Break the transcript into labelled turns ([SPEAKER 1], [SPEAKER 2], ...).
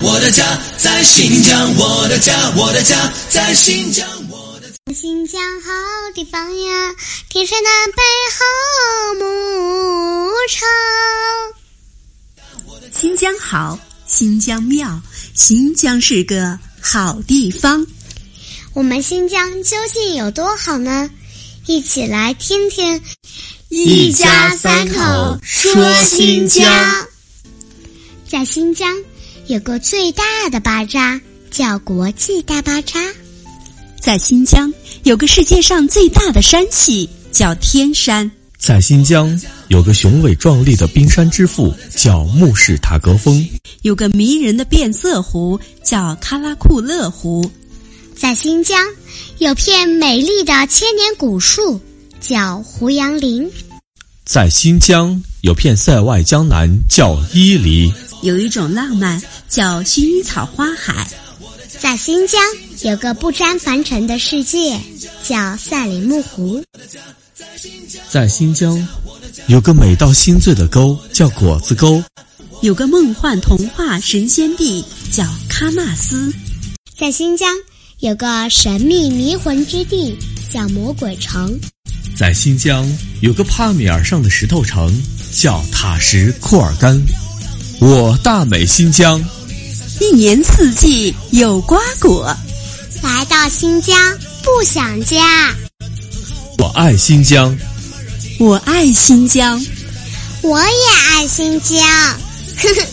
[SPEAKER 1] 我的家在新疆，我的家，我的家在新疆。我的
[SPEAKER 2] 新疆好地方呀，铁山南北好牧场。
[SPEAKER 3] 新疆好，新疆妙，新疆是个好地方。
[SPEAKER 2] 我们新疆究竟有多好呢？一起来听听。
[SPEAKER 3] 一家三口说新疆。
[SPEAKER 2] 在新疆有个最大的巴扎，叫国际大巴扎。
[SPEAKER 3] 在新疆有个世界上最大的山系，叫天山。
[SPEAKER 4] 在新疆有个雄伟壮丽的冰山之父，叫木氏塔格峰。
[SPEAKER 3] 有个迷人的变色湖，叫喀拉库勒湖。
[SPEAKER 2] 在新疆有片美丽的千年古树，叫胡杨林。
[SPEAKER 4] 在新疆有片塞外江南叫伊犁，
[SPEAKER 3] 有一种浪漫叫薰衣草花海。
[SPEAKER 2] 在新疆有个不沾凡尘的世界，叫赛里木湖。
[SPEAKER 4] 在新疆有个美到心醉的沟叫果子沟，
[SPEAKER 3] 有个梦幻童话神仙地叫喀纳斯，
[SPEAKER 2] 在新疆有个神秘迷魂之地，叫魔鬼城。
[SPEAKER 4] 在新疆有个帕米尔上的石头城叫塔什库尔干。我大美新疆，
[SPEAKER 3] 一年四季有瓜果。
[SPEAKER 2] 来到新疆不想家，
[SPEAKER 4] 我爱新疆。
[SPEAKER 3] 我爱新疆。
[SPEAKER 2] 我也爱新疆。呵呵。